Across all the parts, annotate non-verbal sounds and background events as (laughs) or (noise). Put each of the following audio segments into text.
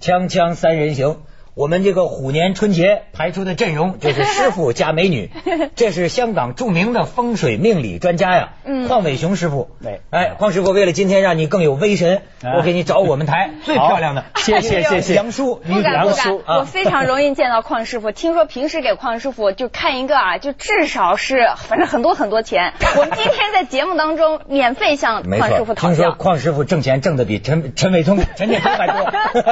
锵锵三人行，我们这个虎年春节排出的阵 (laughs) 容就是师傅加美女，这是香港著名的风水命理专家呀，嗯邝伟雄师傅 (laughs) 哎。哎，邝师傅，为了今天让你更有威神，哎我给你找我们台最漂亮的，谢谢谢谢杨啊叔，不敢杨不叔敢，我非常容易见到邝师傅。听说平时给邝师傅就看一 (laughs) 个啊，就至少是反正很多很多钱。我们今天在节目当中免费向没邝师错，傅讨听说教。邝师傅挣钱挣的比陈陈伟 (laughs) 聪、陈建锋还多。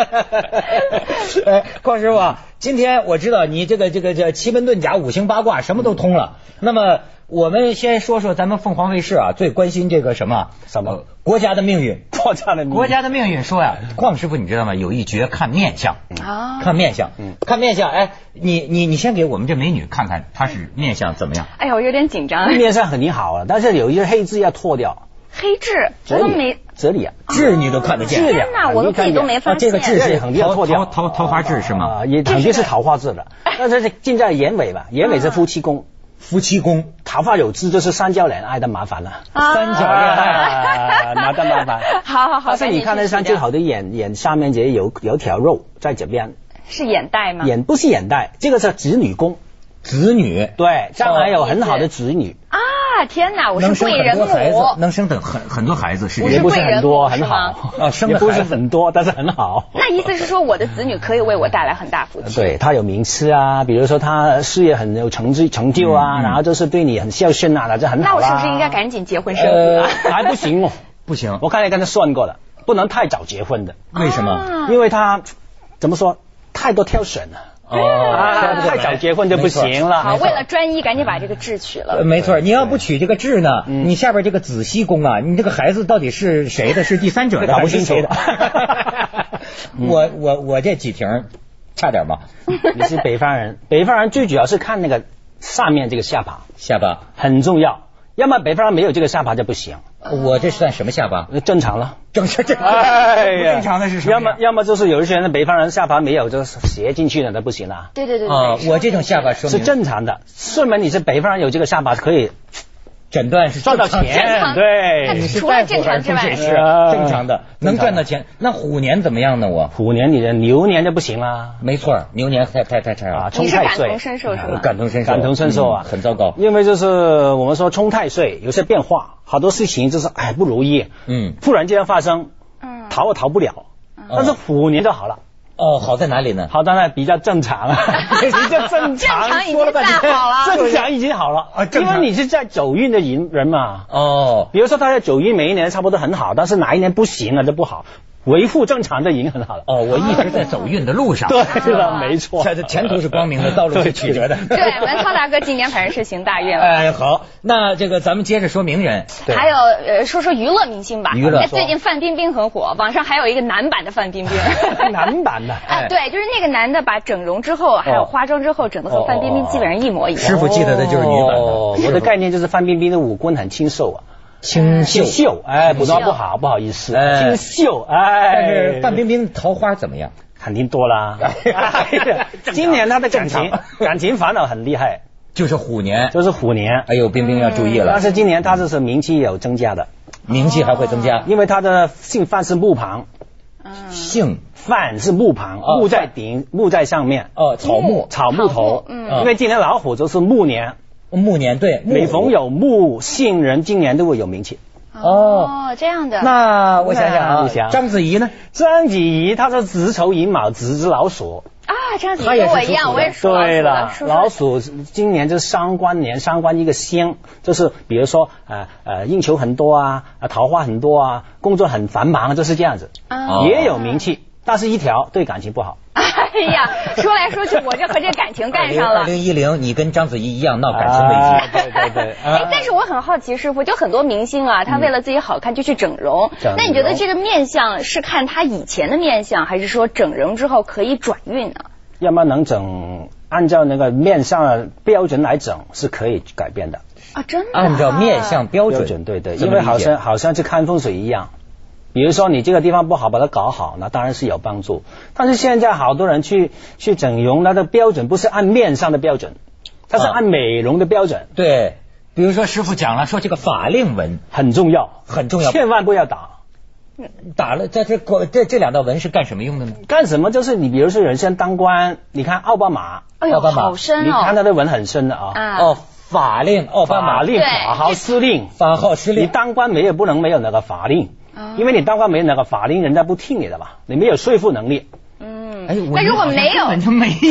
(laughs) 哎，邝师傅啊，今天我知道你这个这个这奇门遁甲、五行八卦什么都通了。那么我们先说说咱们凤凰卫视啊，最关心这个什么什么国家的命运。国家的名国家的命运说呀，嗯邝师傅你知道吗？有一绝看面相，啊看面相嗯，看面相。哎，你你你先给我们这美女看看她是面相怎么样？哎呀，我有点紧张。嗯面上很好啊，但是有一些黑痣要脱掉，黑痣，这我都里没。这里啊，痣你都看得见，天哪，我都自己都没发啊这现。个痣这是里肯定要桃脱掉桃桃桃花痣是嗯吗？啊，也肯定是桃花 (laughs) 痣的，但是现在眼尾吧，眼尾是夫妻宫，夫妻宫，桃花有痣就是三角恋爱的麻烦了。 (laughs) 啊三角恋 (laughs) 爱麻烦麻啊烦好好好，但是你看那赶山紧去最好的眼眼下面这有有条肉在这边，是眼袋啊吗？眼不是眼袋，这个是子女宫，子女对，将来有很好的子女，啊，天哪，我能是生贵很人多孩子，母。能生很很很多孩哦子是我这也样不是很多，贵很人好是吗啊生也的孩子不是很多，但是很好。那意思是说，我的子女可以为我带来很大福嗯气。对他有名次啊，比如说他事业很有成绩成就啊，嗯嗯然后就是对你很孝顺啊，那就很那好我啦。是不是应该赶紧结婚生子啊？还不行哦，不行，我刚才跟他算过了，不能太早结婚的，为什么？啊因为他怎么说，太多挑选了。啊太早结婚就不行了好，哦呃没错啊为了专一，赶紧把这个痣取呃了。没错，你要不取这个痣呢，嗯你下边这个子息宫啊，你这个孩子到底是谁的？是第三者的搞还不是清楚？谁的嗯 (laughs) 我我我这几瓶差点吧，你是北方人， (laughs) 北方人最主要是看那个上面这个下巴下巴，很重要，要么北方人没有这个下巴就不行，我这算什么下巴？正常了。正常正啊哎不呀正常的是什么呀？要么要么就是有一些人北方人下巴没有，就是斜进去的那不行啦、对对对对，啊，对我这种下巴说是明正常的。说明你是北方人有这个下巴可以诊断是赚到正常钱正常对你是嗯除大了夫正常还是之外风水师啊正常的能赚到钱。那虎年怎么样呢？我虎年你的牛年就不行啦没错儿，牛年太太太嗯差啊，了，冲你是太感岁同，身受是吗？感同身受，感同身受啊嗯，很糟糕。因为就是我们说冲太岁有些变化，好多事情就是哎不如意，嗯，突然间发生，嗯，逃也逃不了。但是虎年就好了，哦，好在哪里呢？好，当然比较正 (laughs) 常啊，比较正正常常，已经说了半天算好了正常已经好了啊，正因常为你是在走运的人人嘛。哦，比如说他在走运每一年差不多很好，但是哪一年不行了就不好，维护正常的人很好了。哦，我一直在走运的路上， (laughs) 对了，没错，前前途是光明的，道路是曲折的。对，我们涛大哥今年反正是行 (laughs) 大运了。哎，好，那这个咱们接着说名人，对还有呃，说说娱乐明星吧。娱乐哎最近范冰冰很火，网上还有一个男版的范 (laughs) 冰冰。男版的哎啊，对，就是那个男的把整容之后，哦还有化妆之后，整的和范冰冰基本上一模一样。师傅记得的就是女版的哦师我傅的概念就是范冰冰的五官很清秀啊，清秀清。秀，哎，清普通话秀不好，不好意思，哎清秀，哎，但是范冰冰桃花怎么样？肯定多啦正。常哎今年她的感情正常感情烦恼很厉害，就是虎年，就是嗯虎年。哎呦，冰冰要注意了但，是今年她就是名气有增加的，名气还会增加。因为她的姓范是木旁，嗯，姓范是木旁，哦木在顶，木在上面，哦，草木草木头。嗯因为今年老虎就是木年，木年对，木每逢有木姓人，今年都会有名气。哦哦，这样的。那我想那想你啊，想章子怡呢？章子怡她是子丑寅卯，子之老鼠。啊，这样子他跟也我是一样，属虎我的也属老鼠的。叔叔老鼠今年就是三官年，三官一个星，就是比如说呃呃应酬很多啊，啊桃花很多啊，工作很繁忙，就是这样子，啊也有名气，但是一条对感情不好。 (laughs) 哎呀，说来说去，我这和这感情干上 (laughs) 二了。零一零，你跟章子怡一样闹哦感情 (laughs) 啊危机。对对 (laughs) 对，哎，但是我很好奇，师傅，就很多明星啊，他为了自己好看就去整容。整容那你觉得这个面相是看他以前的面相，还是说整容之后可以转运呢？要么能整，按照那个面上的标准来整是可以改变的。啊，真的啊？按照面相标准，标准对对，这因么为理解好像好像去看风水一样。比如说你这个地方不好，把它搞好，那当然是有帮助。但是现在好多人去去整容，它的标准不是按面上的标准，它是啊按美容的标准，对。比如说师傅讲了，说这个法令纹很重要，很重要，千万不要打。打了这这狗这这两道纹是干什么用的呢？干什么？就是你比如说有人先当官，你看奥巴马，奥哎呦，巴马好深你看哦。他的纹很深的啊，啊哦，法令奥巴法马令、对法号、司令。法号失你令，当官没有不能没有那个法令，哦因为你当官没有那个法令，人家不听你的嘛，你没有说服能力。嗯，哎呦我那如果没有，根本就没 (laughs) 有你也没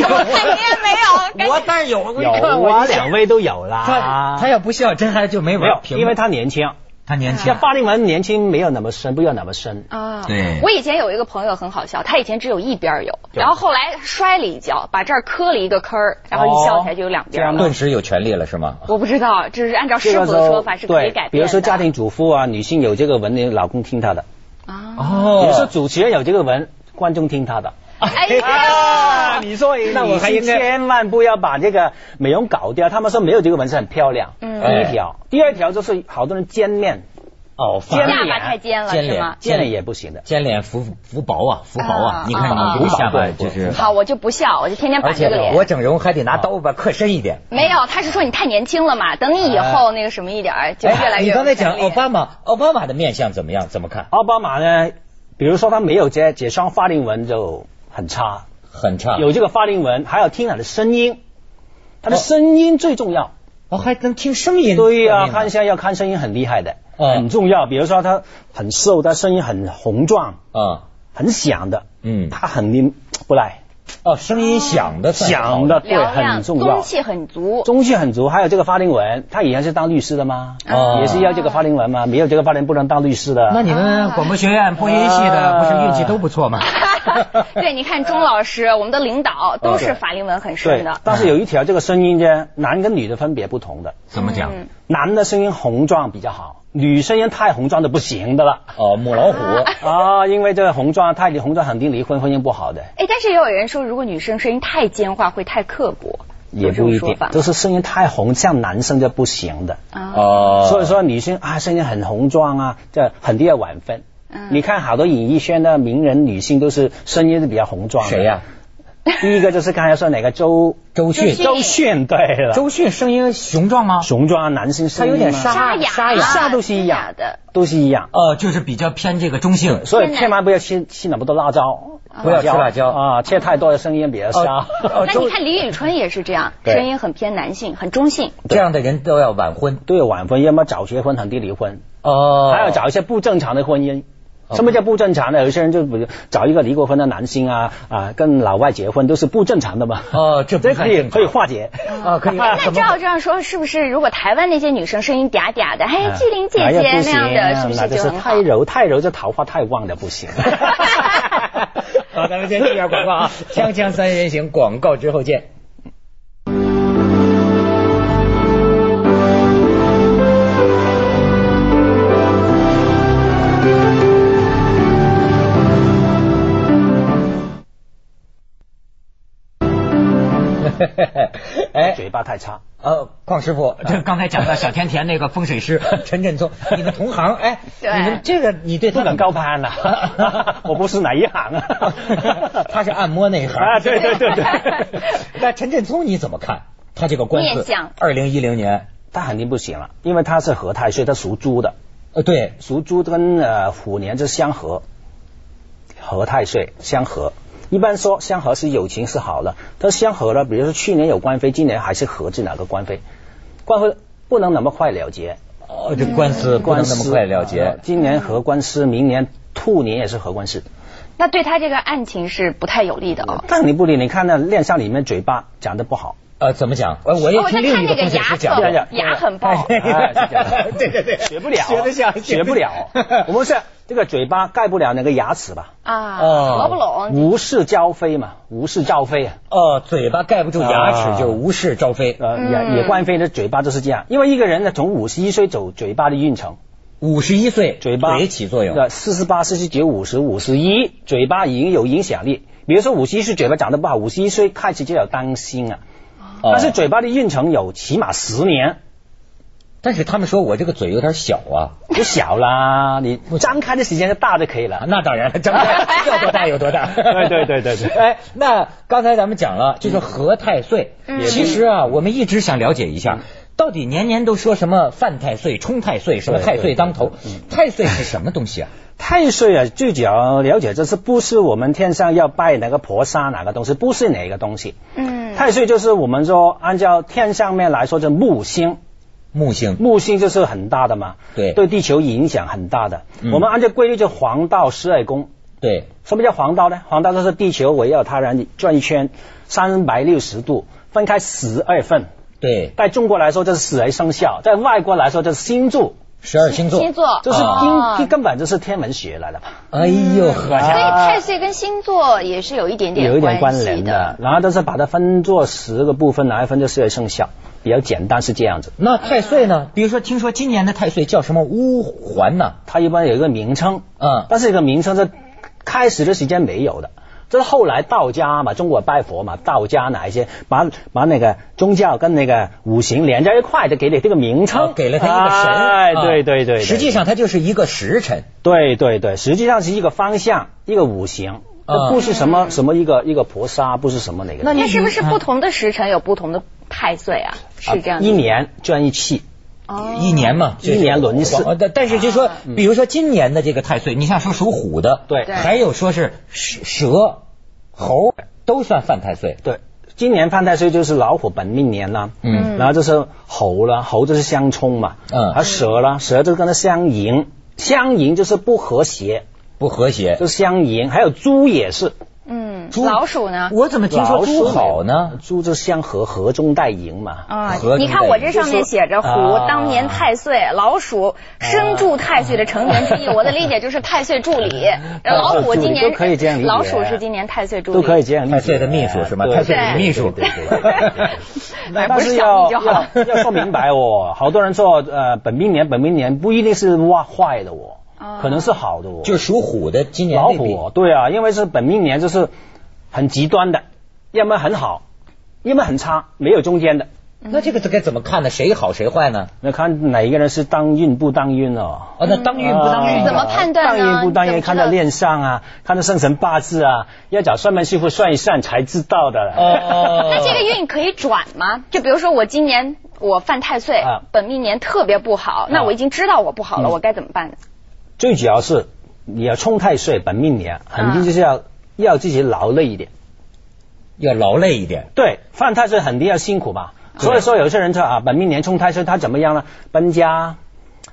(laughs) 有，感我觉但有，我一有看我啊，一想两位都有他啦。他要不笑，真还就没没玩有，平，因为他年轻，他年轻像，法令纹年轻没有那么深，不要那么深。啊，对我以前有一个朋友很好笑，他以前只有一边儿有，对然后后来摔了一跤，把这儿磕了一个坑儿，然后一笑起来就有两边儿哦这样了。吗顿时有权利了是吗？我不知道，这是按照师这个傅时的候说法是可以对改变的。，比如说家庭主妇啊，女性有这个纹，你老公听她的；，啊，哦，比如说主持人有这个纹，观众听他的。哎呀啊，，你说那我还你应该千万不要把这个美容搞掉。他们说没有这个纹身很漂亮，嗯第一条，第二条就是好多人尖面，哦，法 (laughs) 尖令脸下巴太尖了尖是脸吗？尖了也不行的。尖脸浮浮薄啊，浮薄啊啊，你看你这个下巴就是，好，我就不笑，我就天天板而这且个脸。我整容还得拿刀把刻深一点。没有，他是说你太年轻了嘛，等你以后那个什么一点儿，就越来哎，越你有刚才讲潜力奥巴马，奥巴马的面相怎么样？怎么看？奥巴马呢，比如说他没有这这双法令纹就很差，很差，有这个法令纹，还要听他的声音，他的声音最重要。哦，还能听声音。对呀、看一下要看声音很厉害的，嗯很重要。比如说他很瘦，他声音很洪壮，啊，很响的，嗯，他很灵不赖，哦，声啊音响的算好响的对嘹亮，很重要中。气很 (laughs) 足。中气很足，还有这个法令纹，他以前是当律师的吗？啊哦也是要这个法令纹吗？没有这个法令不能当律师那的。你们啊广播学院播音系的，啊不是运气都不错吗？ (laughs) 嗯对，你看钟老师，我们的领导都是法令纹很深对的，。但是有一条这个声音呢，男跟女的分别不同的，怎么讲？嗯男的声音洪壮比较好，女声音太洪壮的不行的了。哦，母老虎， (laughs) 啊，因为这个洪壮太洪壮肯定离婚，婚姻不好的哎，但是也有人说，如果女生声音太尖化，会太刻薄，也有这不种一说定法，就是声音太洪，像男生就不行的。啊，哦，所以说女性啊，声音很洪壮啊，这很低的晚分。嗯你看好多演艺圈的名人女性都是声音是比较洪壮的。谁呀？第一个就是刚才说哪个周周迅迅，周周迅，对了，周迅声音雄壮啊吗？雄壮男性声音嘛他有点沙哑，啊沙哑沙都是一样哑的。都是一样。哦，就是比较偏这个中性。所以天哪千万不要吃吃那么多辣椒，不要吃辣椒啊，吃太多的声音比较沙。哦那你看李宇春也是这样，对声音很偏男性，很中性。这样的人都要晚婚对晚婚，要么早结婚，很低离婚，哦还要找一些不正常的婚姻。哦什么叫不正常呢？有些人就比如找一个离过婚的男性啊啊，跟老外结婚都是不正常的嘛。哦这不这可太以正常可以化解。啊， (laughs) 可以。哎那照这样说，是不是如果台湾那些女生声音嗲嗲的，哎，志玲姐哎姐呀不那行样的，是不那是就就是很好太？柔太柔，这桃花太旺了不行。 (laughs) 好，咱们先去一下广告啊，《锵锵三人行》广告之后见。 (laughs) 哎， (laughs) 嘴巴太差。呃，邝师傅，这刚才讲到小甜甜那个风水师 (laughs) 陈振聪，你们同行，哎，对你们这个你对不他能很，高攀了、我不是哪一行啊 (laughs) 他是按摩那一行啊，对对对对， (laughs) 那陈振聪你怎么看他这个官司？面相二零一零年，他肯定不行了，因为他是合泰，所以他属猪的，呃，对，属猪跟呃虎年是相合，合太岁相合。一般说相合是友情是好的，他相合了，比如说去年有官非，今年还是合至哪个官非？官非不能那么快了结，哦，这官司不官能司那么快了呃结。今年合官司，明年兔年也是合官司。那对他这个案情是不太有利的哦。但你不理，你看那面相里面嘴巴讲的不好，呃，怎么讲？呃，我也哦听那另看一个那风个水牙师讲特过对。呀牙很爆。哎是这样 (laughs) 对对对，学不了，学得像，学 (laughs) 不了。我们是这个嘴巴盖不了那个牙齿吧？啊，嗯哦合不拢。无事交飞嘛，无事交飞啊，哦，嘴巴盖不住牙齿，就无事招非。呃，嗯也也官飞的嘴巴就是这样，因为一个人呢，从五十一岁走嘴巴的运程，五十一岁，嘴巴嘴起作用。呃，四十八、四十九、五十、五十一，嘴巴已经有影响力。比如说五十一岁嘴巴长得不好，五十一岁开始就要担心啊。哦但是嘴巴的运程有起码十年，但是他们说我这个嘴有点小啊，不小 (laughs) 啦，你张开的时间就大就可以啊了。那当然了，张开要多大有多大。对对对对对 (laughs) 哎，那刚才咱们讲了，就是合太岁。嗯其实啊，我们一直想了解一嗯下，到底年年都说什么犯太岁、冲太岁，什么 (laughs) 对太岁对嗯当头，太岁是什么东西啊？太岁啊，最主要了解这是不是我们天上要拜哪个菩萨哪个东西，不是哪个东西。嗯，太岁就是我们说按照天上面来说，这木星，木星，木星就是很大的嘛，对对地球影响很大的。嗯我们按照规律就黄道十二宫，对，什么叫黄道呢？黄道就是地球围绕它人转一圈，三百六十度，分开十二份。对，在中国来说，这是十二生肖；在外国来说，这是星座，十二星座，星座就是啊根、哦根本就是天文学来的吧。哎呦呵，所以啊太岁跟星座也是有一点点有一点关系联的，然后都是把它分作十个部分，然后分作十二生肖，比较简单是这样子。那太岁呢？比如说，听说今年的太岁叫什么乌环呢？它一般有一个名称，嗯，但是这个名称是开始的时间没有的，这是后来道家嘛，中国拜佛嘛，道家哪一些把把那个宗教跟那个五行连在一块，就给你这个名啊称，哦给了他一个神，哎，啊对对对，实际上他就是一个时辰，对对对，实际上是一个方向，一个五行，嗯这不是什么什么一个一个菩萨，不是什么哪个。那你那是不是不同的时辰有不同的太岁啊？是这样一子。年捐一气，哦一年嘛，就是一年轮一次啊嗯呃但但是就说，比如说今年的这个太岁，你像说属虎的，对对还有说是蛇、蛇猴都算犯太岁，对，今年犯太岁就是老虎本命年啦，嗯然后就是猴啦，猴就是相冲嘛，嗯还有蛇啦，蛇就是跟它相迎，相迎就是不和谐，不和谐。就是相迎，还有猪也是，嗯，猪老鼠呢？我怎么听说猪好呢？猪就是相合，合中带迎嘛，啊合，你看我这上面写着“就虎是啊当年太岁，老鼠身助太岁的成员 (laughs) 之一”。我的理解就是太岁助理，嗯老虎今年都可以这样理解老鼠是今年太岁助理，都可以这样理解。太岁的秘书是吗？对太岁的秘书，对对对对 (laughs) 对对哎但不是是小米要就好要了。要说明白哦，好多人说呃本命年本命年不一定是哇坏的哦，哦可能是好的哦， (laughs) 就属虎的今年老那笔虎，对啊，因为是本命年，就是很极端的，要么很好，要么很差，没有中间的。那这个该怎么看呢？谁好谁坏呢？那看哪一个人是当运不当运哦。啊，那当运不当运嗯呢？怎么判断呢当运不当你运，怎么看知道到面相啊，看到生辰八字啊，要找算命师傅算一算才知道的。哦那这呃个运可以转吗？就比如说我今年我犯太岁啊，本命年特别不好，那我已经知道我不好了，嗯我该怎么办呢？最主要是你要冲太岁，本命年，肯啊定就是要、要自己劳累一点。要劳累一点。对，犯太岁肯定要辛苦嘛。所以说有些人说啊，本命年冲太岁，他怎么样呢？搬家，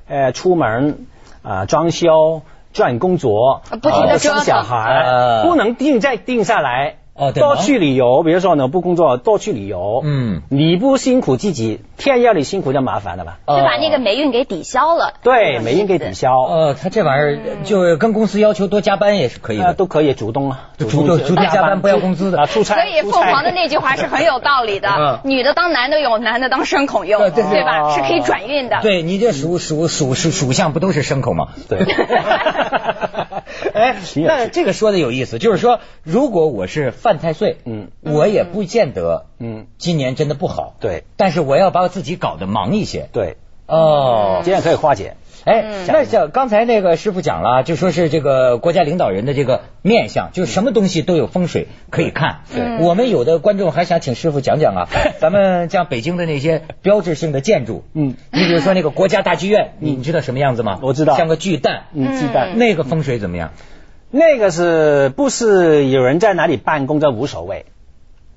呃，出门啊、装修。赚工作，呃不停地呃折生腾小孩，呃不能定再定下来。哦对多去旅游，比如说呢，不工作，多去旅游。嗯你不辛苦自己，天要你辛苦就麻烦了吧？就把哦那个霉运给抵消了。呃对，没人给抵消，呃，他这玩意儿就跟公司要求多加班也是可以呃的，都可以主动啊，就主动主动加班不要工资的啊，出差。所以出凤差凰的那句话是很有道理嗯的， (laughs) 女的当男的用，男的当牲口用，对对对对吧？哦是可以转运的。对你这属属属属属相不都是牲口 (laughs) 吗？对哎，你也那是这个说的有意思，就是说，如果我是犯太岁，嗯我也不见得，嗯，今年真的不好，对但是我要把我自己搞得忙一些。对，哦，这样可以化解。嗯哎，那像刚才那个师傅讲了，啊就说是这个国家领导人的这个面相，就什么东西都有风水可以看。嗯对我们有的观众还想请师傅讲讲 (laughs) 啊，咱们像北京的那些标志性的建筑，嗯，你比如说那个国家大剧院，你你知道什么样子吗？我知道像个巨蛋，嗯，鸡蛋。那个风水怎么样？那个是不是有人在哪里办公这无所谓？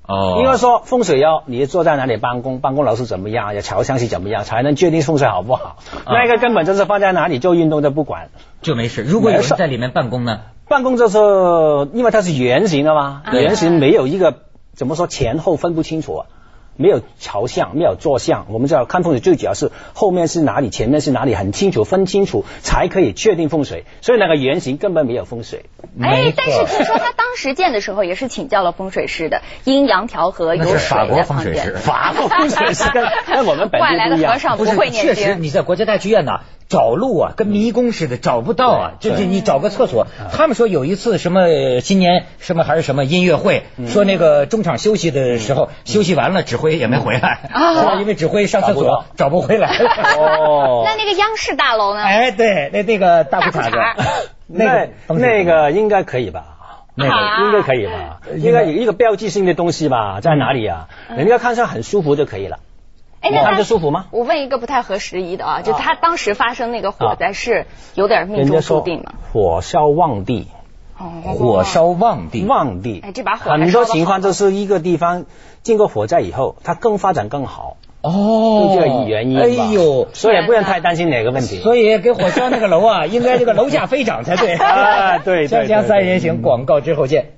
哦应该说风水要你坐在哪里办公，办公楼是怎么样，要朝向是怎么样，才能决定风水好不好。啊那个根本就是放在哪里做运动都不管，就没事。如果有人没事在里面办公呢？办公就是因为它是圆形的嘛，对圆形没有一个怎么说前后分不清楚啊。没有朝向，没有坐向，我们知道看风水最主要是后面是哪里，前面是哪里，很清楚分清楚才可以确定风水。所以那个圆形根本没有风水。哎没，但是错听说他当时建的时候也是请教了风水师的，阴阳调和，有那是水法国在旁风水边师。法国风水师跟跟我们 (laughs) 本外来地的不一和样。尚 (laughs) 不不是会，确念实经。你在国家大剧院呐、找路啊，跟迷宫似的，找不到啊。对就对是你找个厕所。他们说有一次什么呃新年什么还是什么音乐会，说那个中场休息的时候，休息完了指挥也没回来，啊因为指挥上厕所找不回来了。哦那那个央视大楼呢？哎，对，那那个大裤衩大裤 (laughs) (laughs) 子，那风水那个应该可以吧？那啊个应该可以嗯吧？应该有一个标记性的东西吧，在哪里啊？人家看上很舒服就可以了。哎，哎，那看他着舒服吗我问一个不太合时宜的啊，就他当时发生那个啊火灾是有点命人家中注说定嘛？火烧旺地，哦火烧旺地，旺地，哎这把火还很烧多得情好况就是一个地方经过火灾以后，它更发展更好，哦就这个原因吧。哎呦，所以也不天用哪太担心哪个问题。所以给火烧那个楼啊，应该这个楼价飞涨才对。 (laughs) 啊对对锵锵对三人行，广告之后见。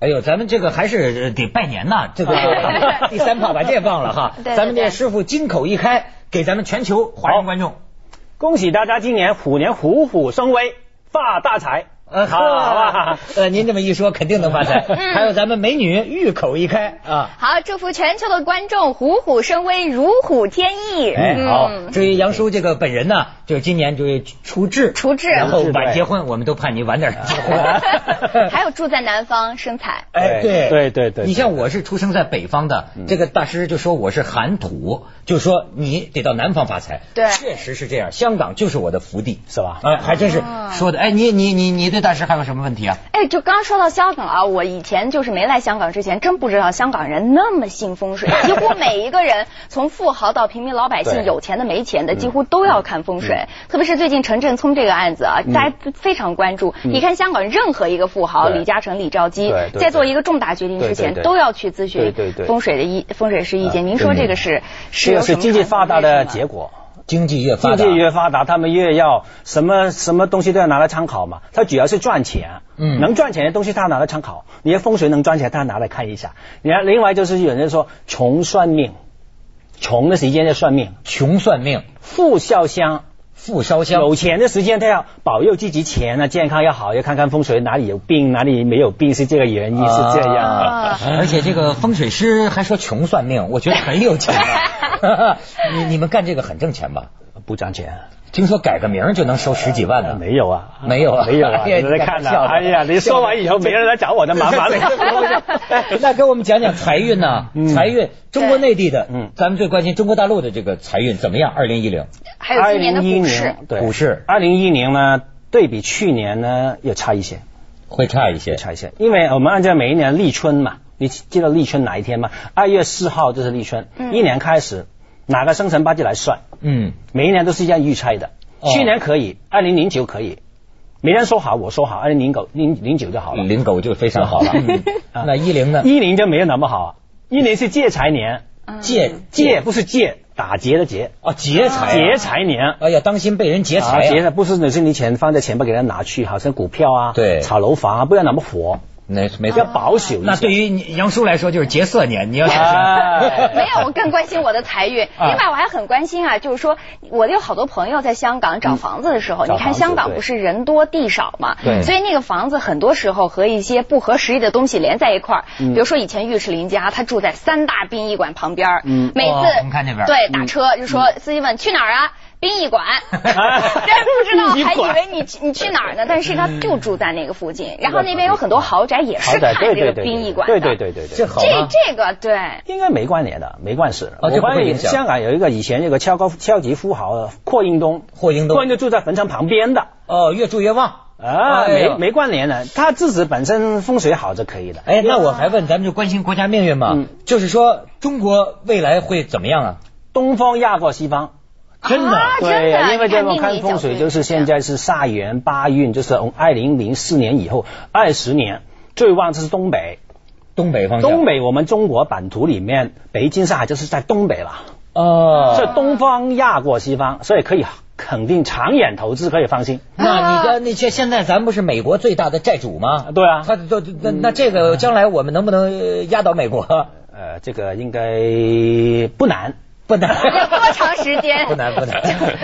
哎呦，咱们这个还是呃得拜年呐，这 (laughs) 个第三炮把这忘了哈。对对咱们这对师傅金口一开，给咱们全球华人观 (laughs) 众。恭喜大家今年虎年虎虎生威，发大财。呃，好好啊啊，呃，您这么一说，肯定能发财。嗯还有咱们美女玉口一开啊，好，祝福全球的观众虎虎生威，如虎添翼。哎，好。嗯，至于杨叔这个本人呢，就是今年就是出志，处置。然后出志晚对结婚，我们都盼你晚点结婚。 (laughs) (laughs) 还有住在南方，身材。哎，对对对对对你像我是出生在北方的，这个大师就说我是寒土，就说你得到南方发财。对确实是这样，香港就是我的福地，是吧哎，还真是啊说的。哎，你你你你对大师还有什么问题啊？哎，就刚刚说到香港啊，我以前就是没来香港之前，真不知道香港人那么信风水，几乎每一个人，从富豪到平民老百姓，对嗯有钱的没钱的，几乎都要看风水。特别是最近陈振聪这个案子啊，嗯大家非常关注。你看香港任何一个富豪，对李嘉诚、李兆基对，对在做一个重大决定之前，对对对都要去咨询对对对风水的意风水师意见。您说这个是是这有个什是么经济发达的结果？果。经济越发达，经济越发达，他们越要什么什么东西都要拿来参考嘛。他主要是赚钱，嗯能赚钱的东西他拿来参考，你的风水能赚钱，他拿来看一下。然后另外就是有人说穷算命，穷的时间在算命，穷算命，富烧香，富烧香。有钱的时间他要保佑自己钱啊健康要好，要看看风水哪里有病哪里没有病是这个原因是这样。啊而且这个风水师还说穷算命，我觉得很有钱 (laughs) 啊。你你们干这个很挣钱吧？不赚钱，听说改个名儿就能收十几万呢。没有啊，没有啊没有啊，哎呀你在你看看呐，笑。哎呀，你说完以后没人来找我的麻烦了 (laughs) 那给我们讲讲财运呢？财运，中国内地的，嗯嗯，咱们最关心中国大陆的这个财运怎么样？二零一零，还有今年的股市，对股市二零一零呢，对比去年呢要差一些，会差一些要。差一些，因为我们按照每一年立春嘛，你记得立春哪一天吗？二月四号就是立春，一年开始哪个生辰八字来算，嗯，每一年都是一样预猜的。哦去年可以，二零零九可以，没人说好，我说好，二零零九零零九就好了。零狗就非常好 (laughs) 了。嗯啊那一零呢？一零就没有那么好，一零是借财年，借借不是借，打劫的劫，哦，劫财啊，劫财年。哎呀，当心被人劫啊，财劫啊！的不是只是你钱放在钱包给人拿去，好像股票啊，对炒楼房啊，不要那么火，没没要错。保守一那对些。于你杨叔来说就是劫色年，你要小心哎。没有，我更关心我的财 (laughs) 运。另外，我还很关心啊，就是说，我有好多朋友在香港找房子的时候，找你看房子香港不是人多地少嘛，对所以那个房子很多时候和一些不合时宜的东西连在一块儿。嗯比如说以前尉迟林家，他住在三大殡仪馆旁边儿，嗯每哦次红磡那边儿对打车就说司机问去哪儿啊？殡仪 (laughs) 馆，真不知道，殡仪还以馆嗯为你你去哪儿呢？但是他就住在那个附近，然后那边有很多豪宅也是豪宅看对这个对对殡仪对馆对的，对对 (laughs) 对这对，好这吗？这个对。应该没关联的，没关系。哦这我不发会影现响香港有一个以前有个超高超级富豪呃霍英东，霍英东霍英东住在坟场旁边的哦，越住越旺啊，哎呀没没关联的，他自己本身风水好就可以了。哎，那我还问，咱们就关心国家命运嘛？嗯就是说，中国未来会怎么样啊？东方压过西方。真的啊、真对的，因为这个看风水就是现在。在是煞元八运，就是从二零零四年以后二十年最旺就是东北，东北方向，东北我们中国版图里面，北京、上海就是在东北了，哦，这东方压过西方，所以可以肯定长远投资可以放心。那你的那些现在咱不是美国最大的债主吗？对啊他都那那这个将来我们能不能呃压倒美国？呃，这个应该不难，不难，要多长时 (laughs) 间不难不难，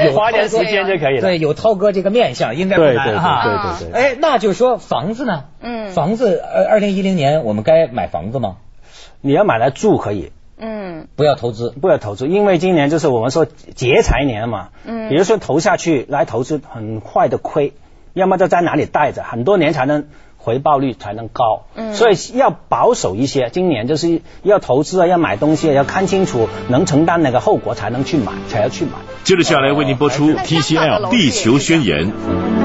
有花点时间就可以了。对有涛哥这个面相，应该不对对难对啊。对对对。哎，那就是说房子呢？嗯房子，呃，二零一零年我们该买房子吗？你要买来住可以，嗯，不要投资。不要投资，因为今年就是我们说劫财年嘛，嗯比如说投下去来投资，很快的亏，要么就在哪里贷着，很多年才能回报率才能高。嗯所以要保守一些，今年就是要投资啊，要买东西啊，要看清楚能承担哪个后果才能去买，才要去买。接着下来为您播出那香港的 TCL 楼市地也是这球宣样言。嗯